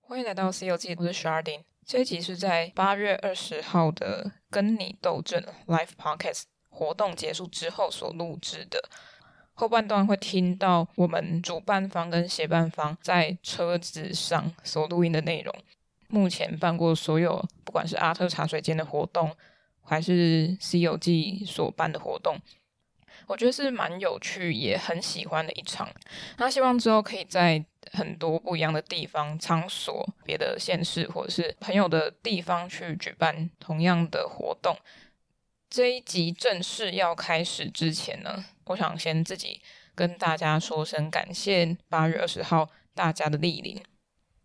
欢迎来到《西游记》，我是 Sharding。这一集是在八月二十号的“跟你斗阵 ”Live Podcast 活动结束之后所录制的。后半段会听到我们主办方跟协办方在车子上所录音的内容。目前办过所有，不管是阿特茶水间的活动，还是《西游记》所办的活动，我觉得是蛮有趣，也很喜欢的一场。那希望之后可以在很多不一样的地方、场所、别的县市或者是朋友的地方去举办同样的活动。这一集正式要开始之前呢，我想先自己跟大家说声感谢，八月二十号大家的莅临。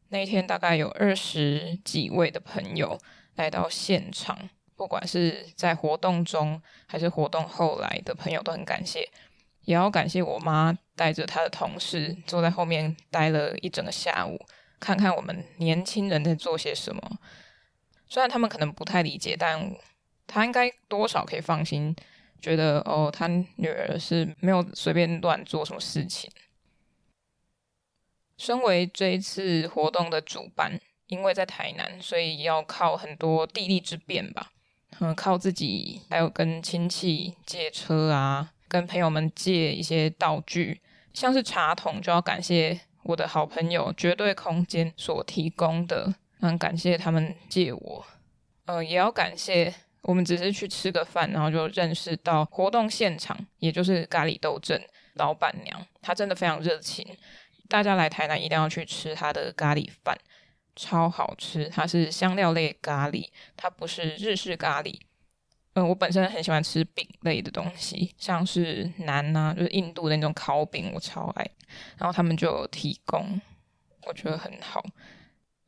那一天大概有二十几位的朋友来到现场，不管是在活动中还是活动后来的朋友，都很感谢。也要感谢我妈带着她的同事坐在后面待了一整个下午，看看我们年轻人在做些什么。虽然他们可能不太理解，但她应该多少可以放心，觉得哦，她女儿是没有随便乱做什么事情。身为这一次活动的主办，因为在台南，所以要靠很多地利之便吧，嗯，靠自己，还有跟亲戚借车啊，跟朋友们借一些道具，像是茶桶，就要感谢我的好朋友绝对空间所提供的，嗯，感谢他们借我，呃，也要感谢我们只是去吃个饭，然后就认识到活动现场，也就是咖喱斗阵老板娘，她真的非常热情。大家来台南一定要去吃它的咖喱饭，超好吃。它是香料类咖喱，它不是日式咖喱。嗯，我本身很喜欢吃饼类的东西，像是馕啊，就是印度的那种烤饼，我超爱。然后他们就有提供，我觉得很好，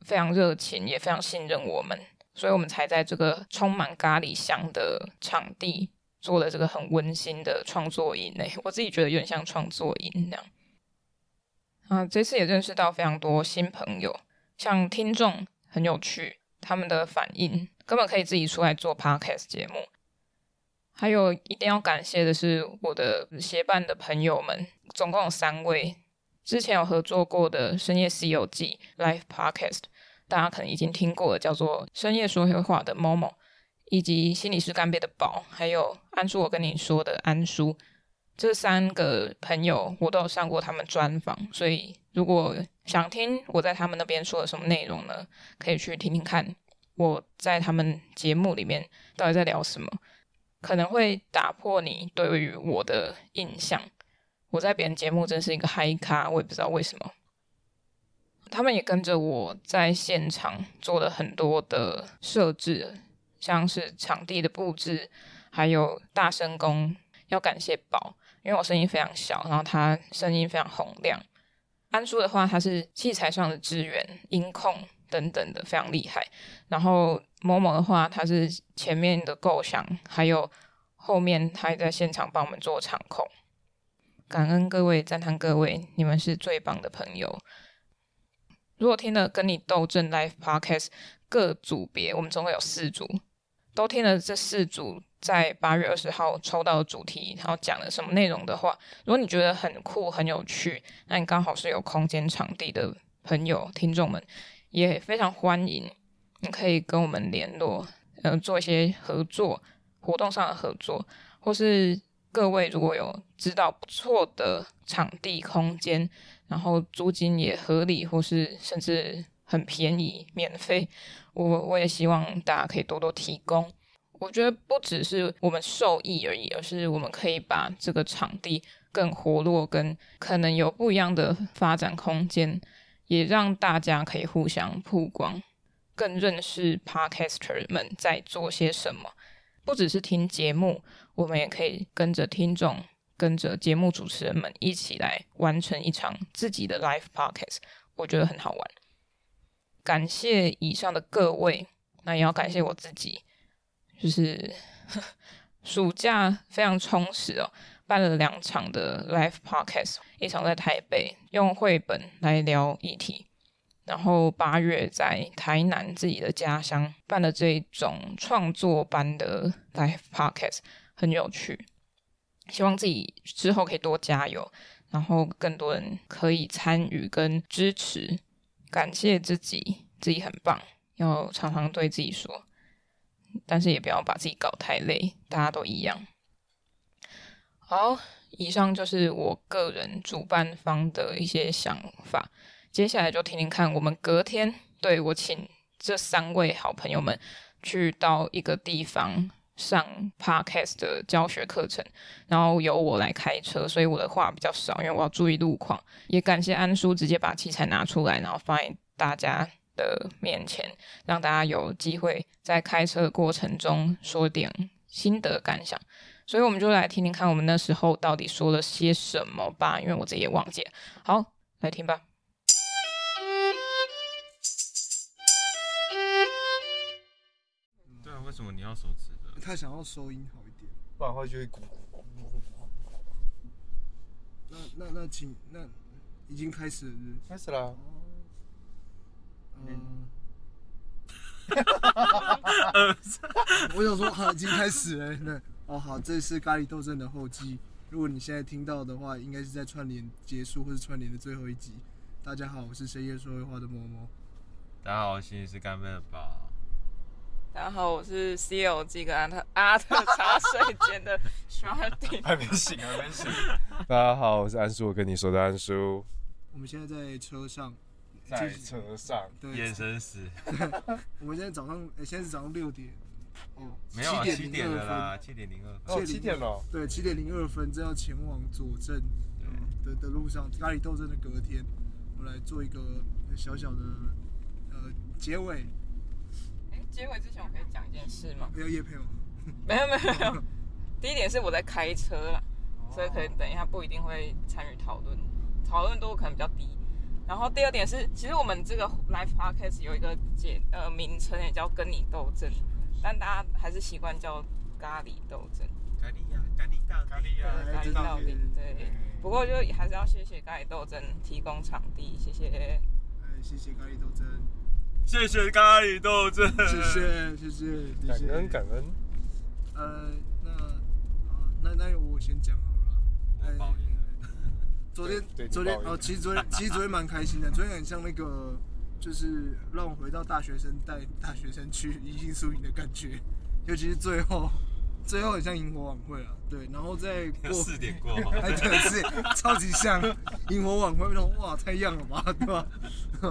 非常热情，也非常信任我们，所以我们才在这个充满咖喱香的场地做了这个很温馨的创作营诶、欸。我自己觉得有点像创作营那样。啊，这次也认识到非常多新朋友，像听众很有趣，他们的反应根本可以自己出来做 podcast 节目。还有一定要感谢的是我的协办的朋友们，总共有三位，之前有合作过的《深夜西游记》Live Podcast，大家可能已经听过了，叫做《深夜说黑话》的 Momo，以及心理师干杯的宝，还有安叔我跟你说的安叔。这三个朋友，我都有上过他们专访，所以如果想听我在他们那边说的什么内容呢，可以去听听看我在他们节目里面到底在聊什么，可能会打破你对于我的印象。我在别人节目真是一个嗨咖，我也不知道为什么。他们也跟着我在现场做了很多的设置，像是场地的布置，还有大声公，要感谢宝。因为我声音非常小，然后他声音非常洪亮。安叔的话，他是器材上的支援、音控等等的非常厉害。然后某某的话，他是前面的构想，还有后面他也在现场帮我们做场控。感恩各位，赞叹各位，你们是最棒的朋友。如果听了跟你斗阵 Live Podcast 各组别，我们总共有四组，都听了这四组。在八月二十号抽到的主题，然后讲了什么内容的话，如果你觉得很酷、很有趣，那你刚好是有空间场地的朋友、听众们，也非常欢迎，你可以跟我们联络，呃，做一些合作活动上的合作，或是各位如果有知道不错的场地空间，然后租金也合理，或是甚至很便宜、免费，我我也希望大家可以多多提供。我觉得不只是我们受益而已，而是我们可以把这个场地更活络，跟可能有不一样的发展空间，也让大家可以互相曝光，更认识 Podcaster 们在做些什么。不只是听节目，我们也可以跟着听众、跟着节目主持人们一起来完成一场自己的 Live Podcast，我觉得很好玩。感谢以上的各位，那也要感谢我自己。就是暑假非常充实哦，办了两场的 live podcast，一场在台北用绘本来聊议题，然后八月在台南自己的家乡办了这种创作班的 live podcast，很有趣。希望自己之后可以多加油，然后更多人可以参与跟支持，感谢自己。自己很棒，要常常对自己说，但是也不要把自己搞太累，大家都一样。好，以上就是我个人主办方的一些想法，接下来就听听看我们隔天对我请这三位好朋友们去到一个地方上 podcast 的教学课程，然后由我来开车，所以我的话比较少，因为我要注意路况。也感谢安叔直接把器材拿出来，然后放在大家的面前，让大家有机会在开车的过程中说点心得感想。所以我们就来听听看我们那时候到底说了些什么吧，因为我自己也忘记了。好，来听吧。对啊，为什么你要手持的？他想要收音好一点。不然的话就会咕咕咕咕咕咕。那那那请那已经开始了是不是开始啦，嗯，呃 我想说，啊好，已经开始了。那哦，好，这是咖喱斗阵的后记。如果你现在听到的话，应该是在串联结束或是串联的最后一集。大家好，我是深夜说会话的某某。大家好，我心里是干杯的吧？大家好，我是 C L 这个阿特阿特茶 水间的 Smarty。还没醒，还没醒。大家好，我是安叔，我跟你说的安叔，我们现在在车上，在车上，对眼，神死，我们现在早上，诶现在是早上六点，哦，没有啊， 7七点点零的二啦，七点零二分。哦，七点了，对，七点零二分正要前往左镇的的路上，咖喱斗争的隔天，我们来做一个小小的呃结尾，哎，结尾之前我可以讲一件事吗？没有叶配吗？哦没有没有没有。第一点是我在开车啦，所以可能等一下不一定会参与讨论，讨论度可能比较低。然后第二点是，其实我们这个 live podcast 有一个简呃名称也叫跟你斗争，但大家还是习惯叫咖喱斗争。咖喱呀，咖喱大，咖喱呀咖喱到底对嗯，不过就还是要谢谢咖喱斗争提供场地，谢谢。哎，谢谢咖喱斗争，谢谢咖喱斗争，谢。谢谢谢感谢恩谢。感恩。呃，那啊，那那我先讲好了啦。啊哎我爆音了，昨天对对，你昨天抱怨哦，其实 昨天其实昨天蛮开心的，昨天很像那个，就是让我回到大学生带大学生去银杏树影的感觉，尤其是最后，最后很像萤火晚会啊，对，然后再 过，四点过， 哎，对，是超级像萤火晚会那种，哇，太样了吧，对吧？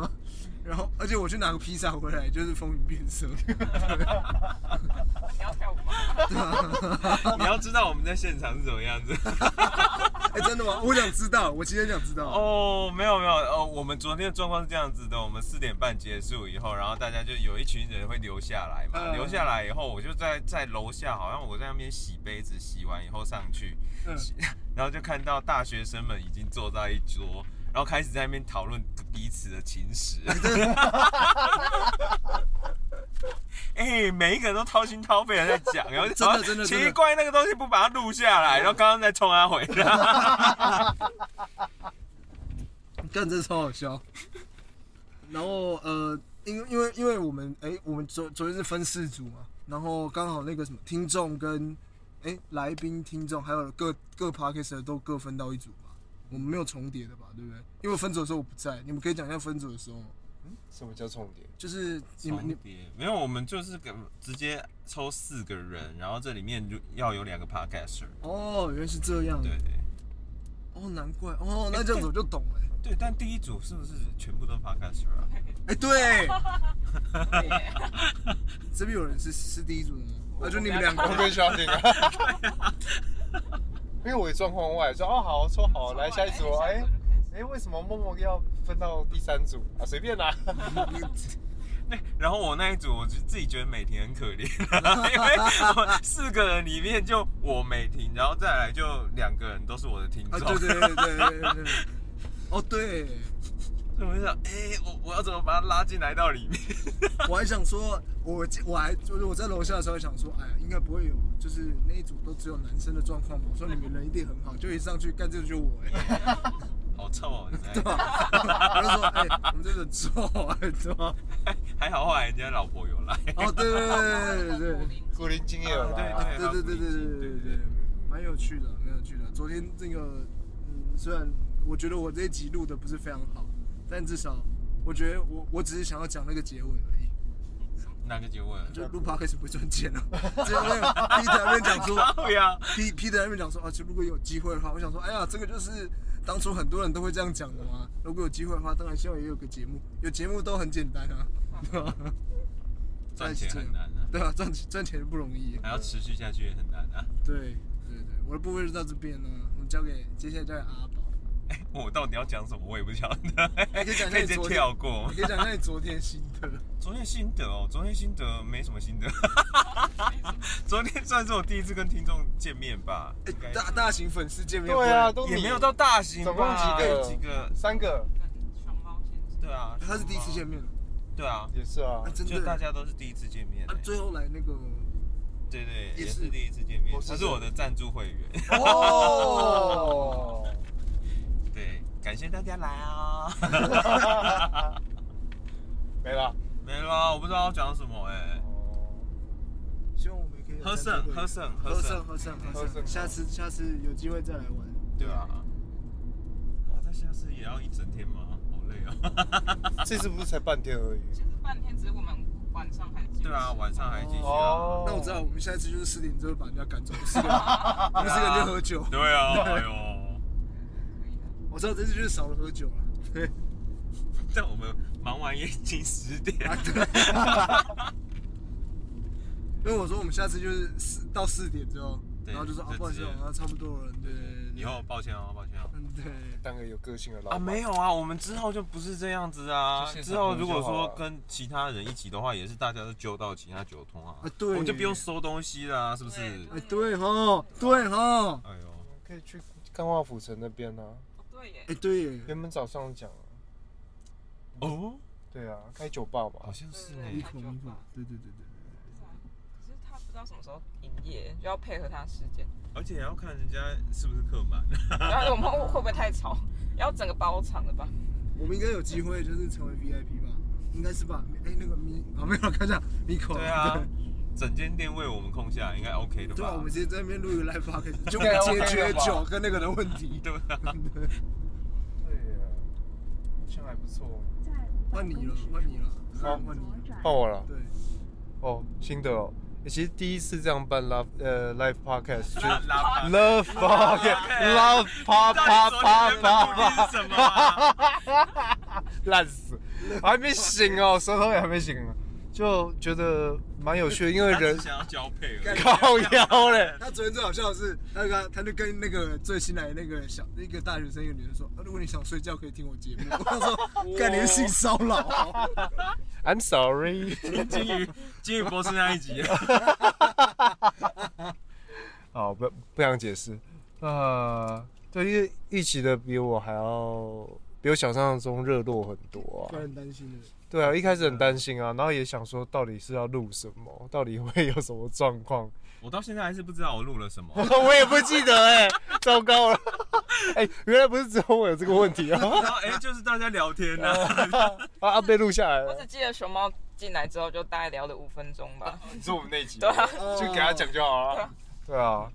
然后，而且我去拿个披萨回来，就是风云变色， 你要跳舞吗？你要知道我们在现场是怎么样子。哎，真的吗？我想知道，我其实很想知道。哦，没有没有，哦，我们昨天的状况是这样子的，我们四点半结束以后，然后大家就有一群人会留下来嘛，嗯留下来以后，我就在在楼下，好像我在那边洗杯子，洗完以后上去，嗯 然后就看到大学生们已经坐在一桌，然后开始在那边讨论彼此的情史。 哎、每一个人都掏心掏肺的在讲，然后就真的真的真的奇怪那个东西不把它录下来，然后刚刚在冲他回来。 干这超好笑。然后呃，因为因为因为我们哎、我们昨昨天是分四组嘛，然后刚好那个什么听众跟哎、来宾、听众还有各各 p a r k e s 都各分到一组嘛，我们没有重叠的吧，对不对？因为分组的时候我不在，你们可以讲一下分组的时候吗，什么叫重点？就是你们重你叠没有，我们就是给直接抽四个人，然后这里面就要有两个 podcaster。哦，原来是这样，对哦，难怪哦，那这样子我就懂了、对，但第一组是不是全部都 podcaster 啊？哎、对，对耶这边有人是是第一组的吗？啊，就你们我两我个，跟小 婷啊，因为我也状况外，说哦好抽好，来下一组哦，哎下一组就开始哎，为什么默默要分到第三组啊？随便啦， 那然后我那一组，我就自己觉得美婷很可怜，因为我 四个人里面就我美婷，然后再来就两个人都是我的听啊， 众。对对对对对对对，哦对。所以我就想，哎、我我要怎么把他拉进来到里面？我还想说，我我还就是我在楼下的时候还想说，哎呀，应该不会有，就是那一组都只有男生的状况吧。我说你们人一定很好，就一上去干这就是我、哎，好臭哦！你 在对啊吧？我就说，哎、我们这个臭、哎，对吧？还好后来人家老婆有来，哦，对对对对对对。古灵精也有啊啦。对对对对对对对，蛮有趣的，蛮有趣的。昨天这个，嗯，虽然我觉得我这一集录的不是非常好，但至少我觉得我我只是想要讲那个结尾而已。哪个结尾？ 就录 podcast 不会赚 钱啊，只有那个 P 在那边讲说靠呀， ，P P 在那边讲说啊，就如果有机会的话，我想说，哎呀，这个就是当初很多人都会这样讲的嘛。如果有机会的话，当然希望也有个节目，有节目都很简 单啊，对吧？赚钱很难啊，对啊，赚钱赚钱不容易。还要持续下去也很难啊。对对对，我的部分就到这边了，我们交给接下来交给阿宝，我到底要讲什么，我也不晓 得，可以讲 一下可以直你接昨天，跳过你。可以讲一下你昨天心 得。哎昨天心得哦，昨天心得没什么心得， 昨天算是我第一次跟听众见面吧，应该哎大大型粉丝见面会对啊，，都也你没有到大型吧，总共几个几个？三个，熊猫先生。对啊，他是第一次见面了，对啊，也是啊啊，，真就大的。家都是第一次见面欸啊，，最后来那个对对，也也是是第一次见面我，是他是我的赞助会员， 哦，对，感谢大家来啊， 没了，没啦，我不知道要讲什么哎，哦希望我们也可以有喝赞剩助会喝剩喝剩，剩喝剩喝喝剩，剩下次下次有机会再来玩。对啊，哇，那下次也要一整天吗？好累啊，这次不是才半天而已，就是半天，只是我们晚上还继续对啊，晚上还继续啊，哦，那我知道，我们下一次就是四点之后把人家赶走，四 个人我们四个人就喝酒。对啊，哎呦。可以的。我知道这次就是少了喝酒 了。对，但我们忙完也已经十点了，因为我说我们下次就是四到四点之后，对然后就说啊就，不好意思，直接晚上差不多了。对对对对，以后抱歉哦，抱歉哦。嗯对，当个有个性的老啊，板没有啊，我们之后就不是这样子啊。就现场之后如果喝就好说了跟其他人一起的话，也是大家都揪到其他酒通啊啊，对我们就不用收东西啦，是不是？对哎对吼，对吼，哎呦，可以去干化府城那边啊，哦对耶，哎对耶，原本早上讲啊，哦，对啊，开酒吧好吧，像是对哎一对口一口，对对对对可是他不知道什么时候营业，就要配合他时 间。而且也要看人家是不是客满。然后我们会不会太吵？要整个包场的吧？对，我们应该有机会就是成为 VIP 吧，应该是吧？哎那个米啊没有，看一下米口，对啊，整间店为我们空下，应该 OK 的对啊，我吧们？直接在那边录一个 live podcast，就对啊解我决看到吧酒跟那个的问题。对啊，对啊，好像还不错， 换你了，换你了，好换你了。换我了，对，哦，心得哦，欸其实第一次这样办 love 呃 live podcast 觉拉得。拉吧。 Love podcast podcast, love 啪啪啪啪啪，什么啊？烂死！我还没醒哦，舌头也还没醒啊，就觉得蛮有趣的，因为 他只人想要交配而已。靠腰嘞，他昨天最好笑的是，那个他就跟那个最新来的那个小那个大学生一个女生说，啊如果你想睡觉可以听我节目。 我说，干你是性骚扰哦。 I'm sorry。金鱼，金鱼博士那一集， 好，哦不不想解释。呃，对，因为预期的比我还要，比我想象中热络很多突啊。然担心了，对啊，一开始很担心啊，然后也想说到底是要录什么，到底会有什么 状况，我到现在还是不知道我录了什么。我也不记得哎、糟糕了。 哎、原来不是只有我有这个问 题啊！然后哎、就是大家聊天呢、啊，啊啊，被录下来我了只。记得熊猫进来之后就大概聊了五分钟吧。你说我们那一集对啊，就就好了。对啊，哦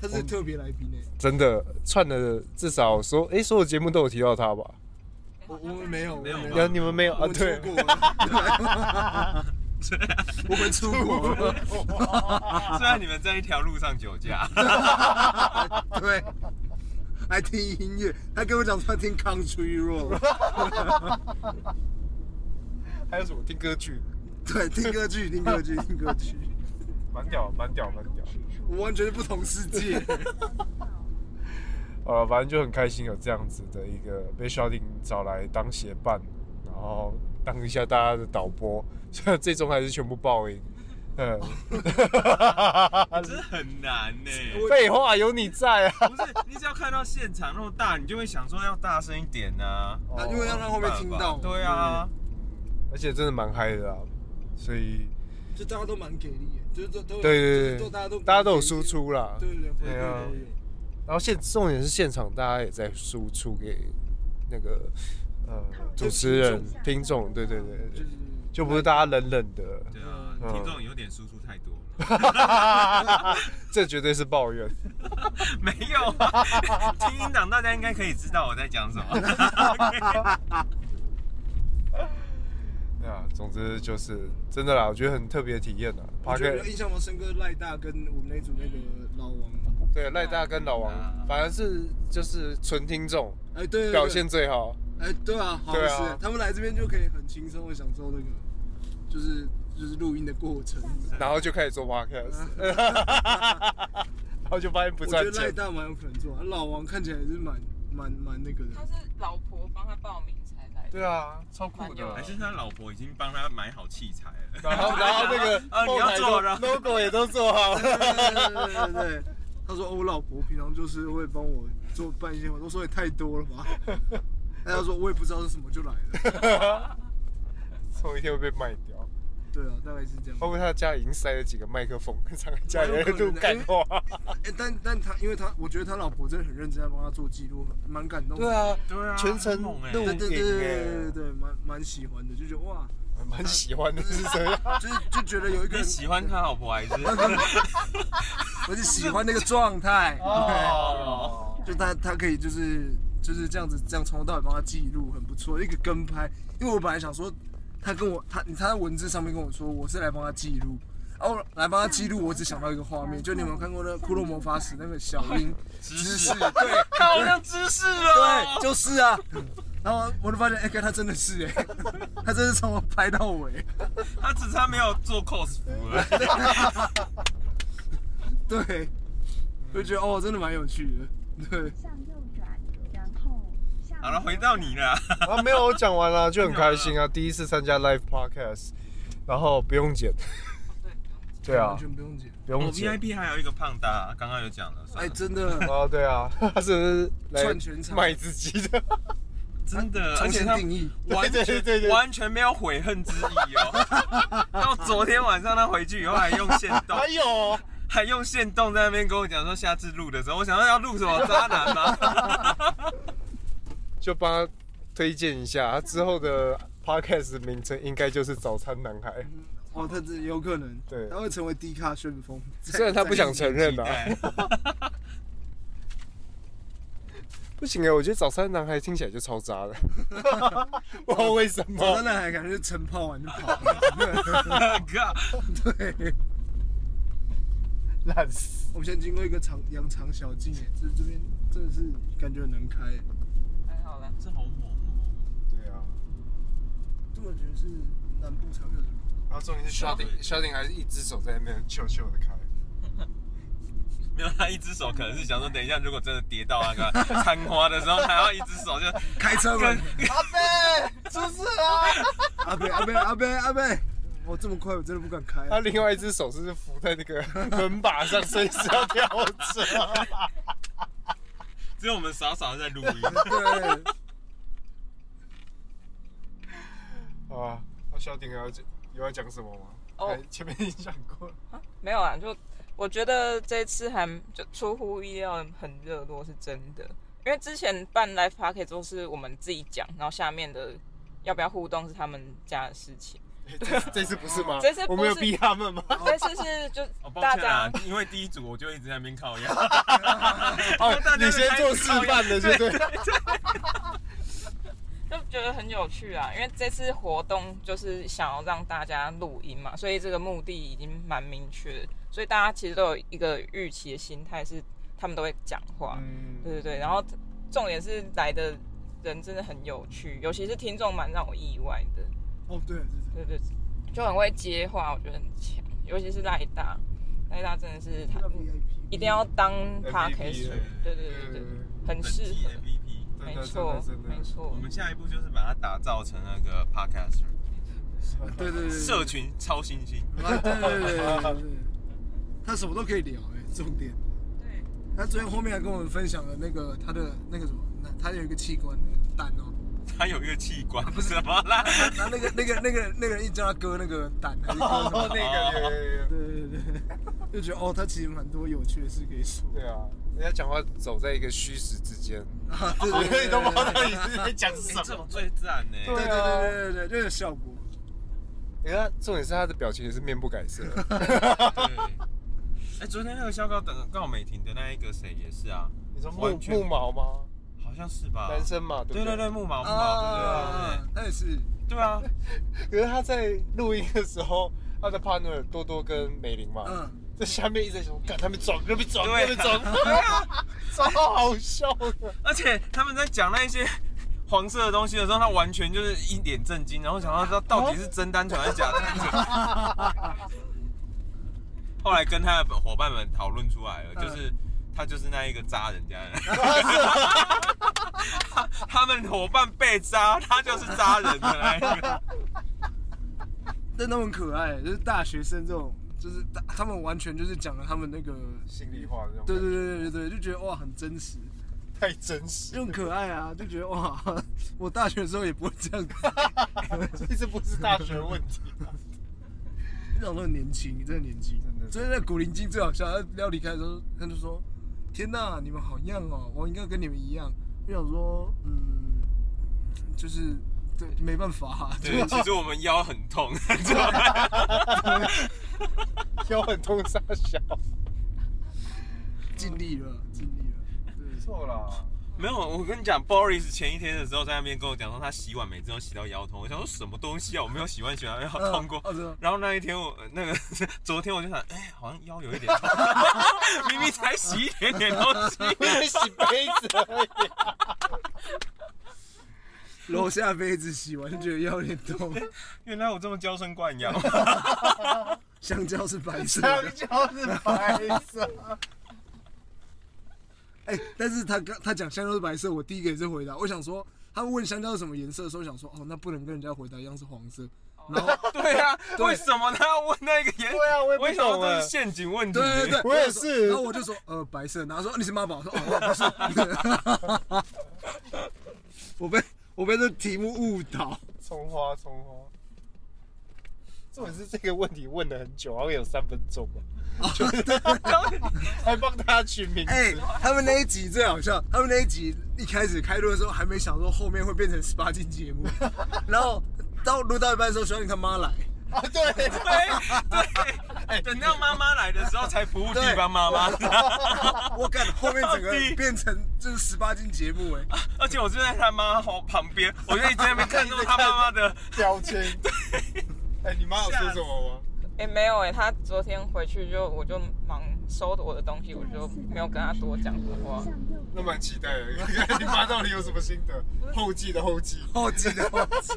他是特别来宾欸呢。真的串的至少说，哎、所有节目都有提到他吧？我我们没有，我没有们吧没然后有，你们没有我啊？们对出，国了，我们出国了，啊虽然你们在一条路上酒驾， 对，还听音乐，他跟我讲说他听 country rock。 还有什么听歌剧？对，听歌剧，听歌剧，听歌 剧，蛮屌，蛮屌，蛮屌。我完全是不同世界。呃，反正就很开心有这样子的一个被 Shouting 找来当协办，然后当一下大家的导播，最终还是全部报应。 嗯，真的很难呢、废话，有你在啊！不是，你只要看到现场那么大，你就会想说要大声一点呢、啊。哦啊，因为要让后面听到。嗯对啊，而且真的蛮嗨的啊，所以对，就大家都蛮给力的，就是都都有对对就是对，大家都大家都有输，出啦。对对对，对啊回馈都有然后现重点是现场大家也在输出给那个呃主持人听众，对对对就对是，就不是大家冷冷的，对啊，嗯听众有点输出太多了。 这绝对是抱怨。没有啊， 嗯听音档大家应该可以知道我在讲什么。啊，总之就是真的啦，我觉得很特别的体验啊啦。我觉得 Podcast 印象蛮深刻，赖大跟我们那组那个老王吧，对赖大跟老王啊，反而是就是纯听众哎、对对对，表现最好。哎、对啊，好像对是、啊他们来这边就可以很轻松的享受那个，就是就是录音的过程。然后就开始 做 podcast，然后就发现不我觉赚得赖钱。大蛮有可能做，老王看起来也是蛮蛮蛮那个的 他。是老婆帮他报名才来的，对啊，超酷蛮的有。还是他老婆已经帮他买好器材了。 然后然后那个啊你要后台做然都后 logo 也都做好了。 对对对对对，他说、哦、我老婆平常就是会帮我做办一些活动，我说也太多了吧。哎他说我也不知道是什么就来了。总有一天会被卖掉。对啊，大概是这样。会不会他家里已经塞了几个麦克风， 常在家里蛮有可能录的干因为话？哎、但但他因为他，我觉得他老婆真的很认真在帮他做记录，蛮感动的。对啊，对啊，全程很猛哎、录对对对对对对影对，蛮蛮喜欢的，就觉得哇， 蛮喜欢的，是这样。就是就觉得有一个你人喜欢他老婆 还是？我是喜欢那个状态， 哦，就他他可以就是就是这样子，这样从头到尾帮他记录，很不错，一个跟拍。因为我本来想说，他跟我他他在文字上面跟我说，我是来帮他记录，然后来帮他记录，我只想到一个画面，就你们有看过那个《骷髅魔法使》那个小樱知姿识势，对他好像知识对，哦。就是啊。然后我就发现，哎、哥他真的是哎、 他真是从头拍到尾，他只差没有做 cos 服 而已。对，我就觉得哦，真的蛮有趣的，对。向右转，然后向好了，回到你了。 啊，没有，我讲完了，就很开心 啊，第一次参加 live podcast，然后不用剪。对啊完，全不用剪。不我用剪。 VIP 还有一个胖大，啊刚刚有讲啊了，算哎，了真的，哦，对啊， 他是来串全场卖自己 的，真的， 而重且新他定义。完对对对对全完全没有悔恨之意哦。 到昨天晚上他回去以后还用线动，还有还用线动在那边跟我讲说下次录的时候，我想说要录什么渣男吗？就帮他推荐一下，他之后的 podcast 名称应该就是《早餐男孩》，哦，他这有可能，对他会成为低卡旋风。虽然他不想承认 啊，对，不行哎、我觉得《早餐男孩》听起来就超渣 的，不知道为什早么。那还感觉晨泡完就跑了， 靠对。烂死！我们现在经过一个长羊肠小径，哎，这这边真的是感觉很能开，哎还好啦。这好猛哦！对啊，这我觉得是南部才会有的路。然后重点是小 Sharding Sharding 还是一只手在那边悄悄的开，没有，他一只手可能是想说，等一下如果真的跌到那个 参花的时候，还要一只手就开车门，阿贝出事啊啦！阿贝阿贝阿贝阿贝，我这么快我真的不敢开他啊。另外一只手是扶在那个 门把上，随时要跳 车。只有我们傻傻的在录音。对，好啊，那萧鼎要讲有要讲什么吗？哦哎前面已经讲过了。 没有啊，就我觉得这次还就出乎意料，很热络是真的。因为之前办 live p a r k e t 都是我们自己讲，然后下面的要不要互动是他们家的事 情。哎这次这次不是吗？ 这次不是我们有逼他们吗？ 这次是就哦，抱大歉啊家，因为第一组我就一直在那边靠腰，大哦家，都你先做示范的，对不 对？就觉得很有趣啊，因为这次活动就是想要让大家录音嘛，所以这个目的已经蛮明确的，所以大家其实都有一个预期的心态，是他们都会讲话，嗯对对对，然后重点是来的人真的很有趣，尤其是听众蛮让我意外的，哦对，对对对对，就很会接话，我觉得很强，尤其是赖大，赖大真的是他看到 VIP 一定要当 MVP p a r k e 对对对对，很本适季合， MVP。真没的真错的真的没，错我，们下一步就是把它打造成那个 podcaster 啊对对对，对社群超新星。啊，对对对对对对，他什么都可以聊哎、重点。对。他昨天后面还跟我们分享了那个他的那个什么，那他有一个器官，那个蛋哦、他有一个器官，不是吗？啦，然后那个那个那个那个人一直叫他割那个蛋，还是割什哦 么？那个有有有，对对对对，就觉得哦，他其实蛮多有趣的事可以说。对啊，人家讲话走在一个虚实之 间， 啊，对我对对你都不知道对到底是在讲什这么种。最赞呢。对对对对对，就有效果。你看，重点是他的表情也是面不改色。对。哎，昨天那个肖高等告美婷的那一个谁也是啊，你说木完全木毛吗？好像是吧？男生嘛，对对不对啊对对，木毛木毛，对啊啊，那也是，对啊，可是他在录音的时候，他的 partner 多多跟美玲嘛，嗯，在下面一直在说，干他们撞，他们撞，对啊他们撞，超好笑的。而且他们在讲那些 黄色的东西的时候，他完全就是一脸震惊，然后想要知道到底是真单纯还是假单纯。 后来跟他的伙伴们讨论出来了，嗯就是。他就是那一个扎人家的 人，他他们伙伴被扎，他就是扎人的那一个。但他们很可爱，就是大学生这种，就是大他们完全就是讲了他们那个，心里话那种，对对，对对对，就觉得哇很真实，太真实就，很可爱啊，就觉得哇，我大学的时候也不会这样子，这这不是大学问题啊、那种都很年轻，真的年轻，真的所以那古灵精最好笑，他要离开的时候，他就说：“天哪，你们好样哦，我应该跟你们一样。”我想说，嗯，就是对，没办法、啊对，其实我们腰很痛，你知道吗腰很痛，傻小，尽力了，尽力了。 对，错啦。 没有，我跟你讲，Boris 前一天的时候在那边跟我讲说，他洗碗每次都洗到腰痛。我想说什么东西啊，我没有洗碗洗到腰痛过。哦，真的然后那一天我那个 昨天我就想，哎、好像腰有一点 痛，明明才洗一点点东西。我在洗杯子而已，楼下杯子洗完就觉得腰有点痛，原来我这么娇生惯养，香蕉是白色香的。蕉是白色，哎、但是他刚他讲香蕉是白色，我第一个也是回答，我想说他问香蕉是什么颜色的时候，我想说哦，那不能跟人家回答一样是黄色，哦然 后对啊，为什么他要问那个颜？对啊，我也不啊为什么懂这啊是。陷阱问题？对对对，我也是然后我就说，呃，白色。然后说你是妈宝，我说哦，不是。 我被我被这题目误导。葱花，葱花。重点是这个问题问了很久，好像有三分钟吧，就是还帮他取名哎、字，他们那一集最好笑。他们那一集一开始开录的时候，还没想说后面会变成十八禁节目， 然后到录到一半的时候，小你他妈来，啊，对，哎对，等到妈妈来的时候才服务地方妈妈。我感后面整个到底变成就是十八禁节目哎、而且我就在他妈旁边，我就一直在那边看到他妈妈的。标签。哎、你妈有说什么吗？哎、没有哎、他昨天回去就我就忙收我的东西，我就没有跟他多讲过话。向右那蛮期待的，看看你妈到底有什么心得？后继的后继，后记得后记，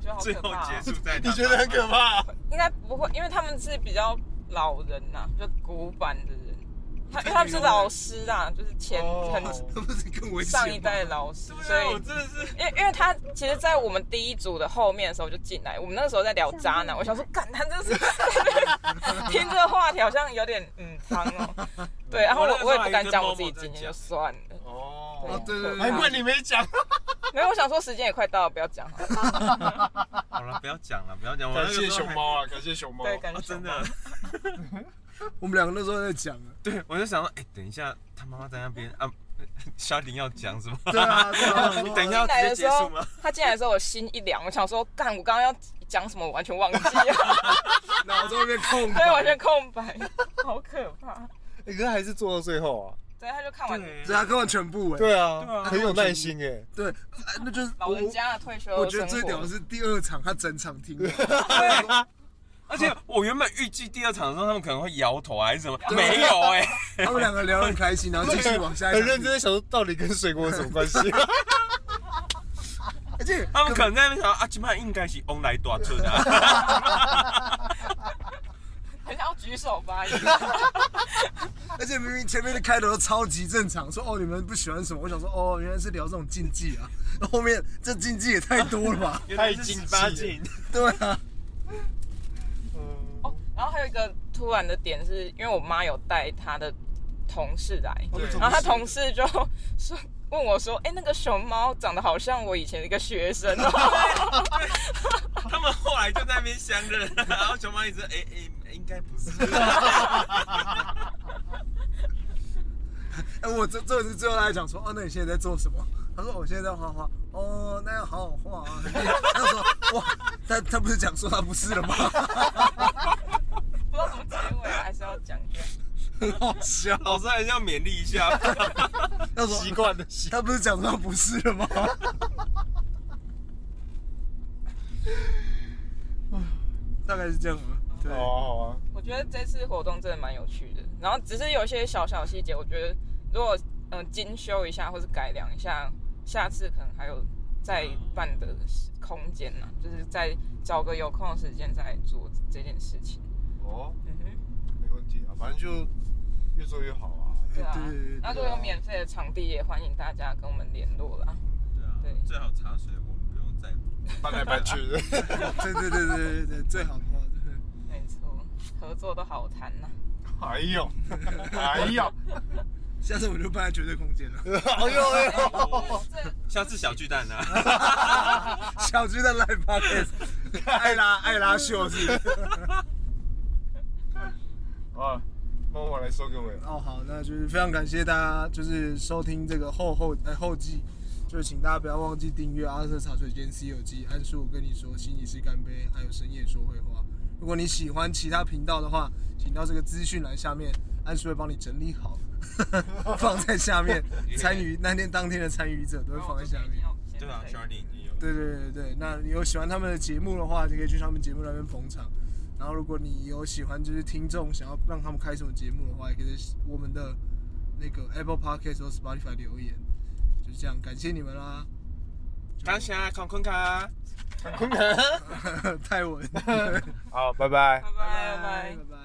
就好最可后怕、啊结束在你觉得很可怕？应该不会，因为他们是比较老人呐、就古板的人。 他因为他们是老师啊，就是前哦很那不是更危险吗？ 上一代的老师，所对啊，我以真的是因为因为他其实，在我们第一组的后面的时候就进来，我们那个时候在聊渣男，我想说，干他真是 听这个话题好像有点嗯脏哦，对，然后我那个时候我我也不敢讲还我跟自己 Momo 经验，在讲哎就算了。哦，对对对很难可怪怕你没讲。没有，我想说时间也快到了，不要讲好了。好了，不要讲了，不要讲。我那感个时候谢熊还猫啊，感谢熊猫。对，感觉啊，真爽的吧，， 我们两个那时候在讲 啊，对我就想说，哎、等一下，他妈妈在那边啊， 小林要讲 什么？对啊，对啊，我说等一下要进来直接的结时束候吗？ 他进来的时候我心一凉，我想说，干，我刚刚要讲什么，我完全忘记了，脑中一片空 白对，完全空白，好可怕。哎可是还是做到最后啊。对，他就看完，对对啊，看完全部哎、对啊，对啊很有耐心哎、对，啊那就是老我人家的退休生活，我觉得最屌的是第二场，他整场听完， 而且我原本预计第二场的时候，他们可能会摇头啊还是什么，没有哎、 他们两个聊得很开心，然后继续往下一 很场认真的想说，到底跟水果有什么关系？而且他们可能在那边想啊，今晚应该是 on 来多车的、啊，很想要举手发言。而且明明前面的开头都超级正常，说哦你们不喜欢什么，我想说哦原来是聊这种禁忌啊，那后面这禁忌也太多了 吧？原来是十八禁，对啊，哦，然后还有一个突然的点是，因为我妈有带她的同事来，对然后她同事就说问我说：“哎、那个熊猫长得好像我以前的一个学生哦。他们后来就在那边相认，然后熊猫一直哎哎、应该不是，哎、我这这是最后他还讲说哦那你现在在做什么？他说我现在在画画，哦那要好好画啊， 很厉害他说哇他他不是讲说他不是了吗？”不知道怎么结尾啊，还是要讲一下。 很好笑，老师还是要勉励一 下。他说习惯的习。他不是讲说他不是了吗？ 大概是这样吧。对，好啊好啊，我觉得这次活动真的蛮有趣的，然后只是有一些小小细节，我觉得如果嗯、呃精修一下或是改良一下，下次可能还有再办的空间呢、就是再找个有空的时间再做这件事情。哦，嗯哼，没问题啊，反正就越做越好啊。对啊对对对。那如果有免费的场地，也欢迎大家跟我们联络啦。对啊，对最好茶水我们不用在乎。搬来搬去的，对对对对对对，最好的话，对没错，合作都好谈啊呐、哎呦，哎呦，下次我就搬来绝对空间了。 哎呦哎呦，这下次小巨蛋啊，小军的 live podcast，艾拉艾拉秀是不是？啊，那我来收个尾了。哦，好，那就是非常感谢大家，就是收听这个后后呃后记，就是请大家不要忘记订阅阿瑟茶水间 C 有记，安叔我跟你说，心理师干杯，还有深夜说会话。如果你喜欢其他频道的话，请到这个资讯栏下面，安叔会帮你整理好， 放在下面，参与那天当天的参与者都会放在下面。对啊 c h a r l i 也有。对对对对，那你有喜欢他们的节目的话，就可以去他们节目那边捧场。然后，如果你有喜欢就是听众想要让他们开什么节目的话，也可以在我们的那个 Apple Podcast 或 Spotify 留言。就是这样，感谢你们啦！ 感谢康坤卡。泰文，拜 好，拜拜。拜拜拜拜拜。拜。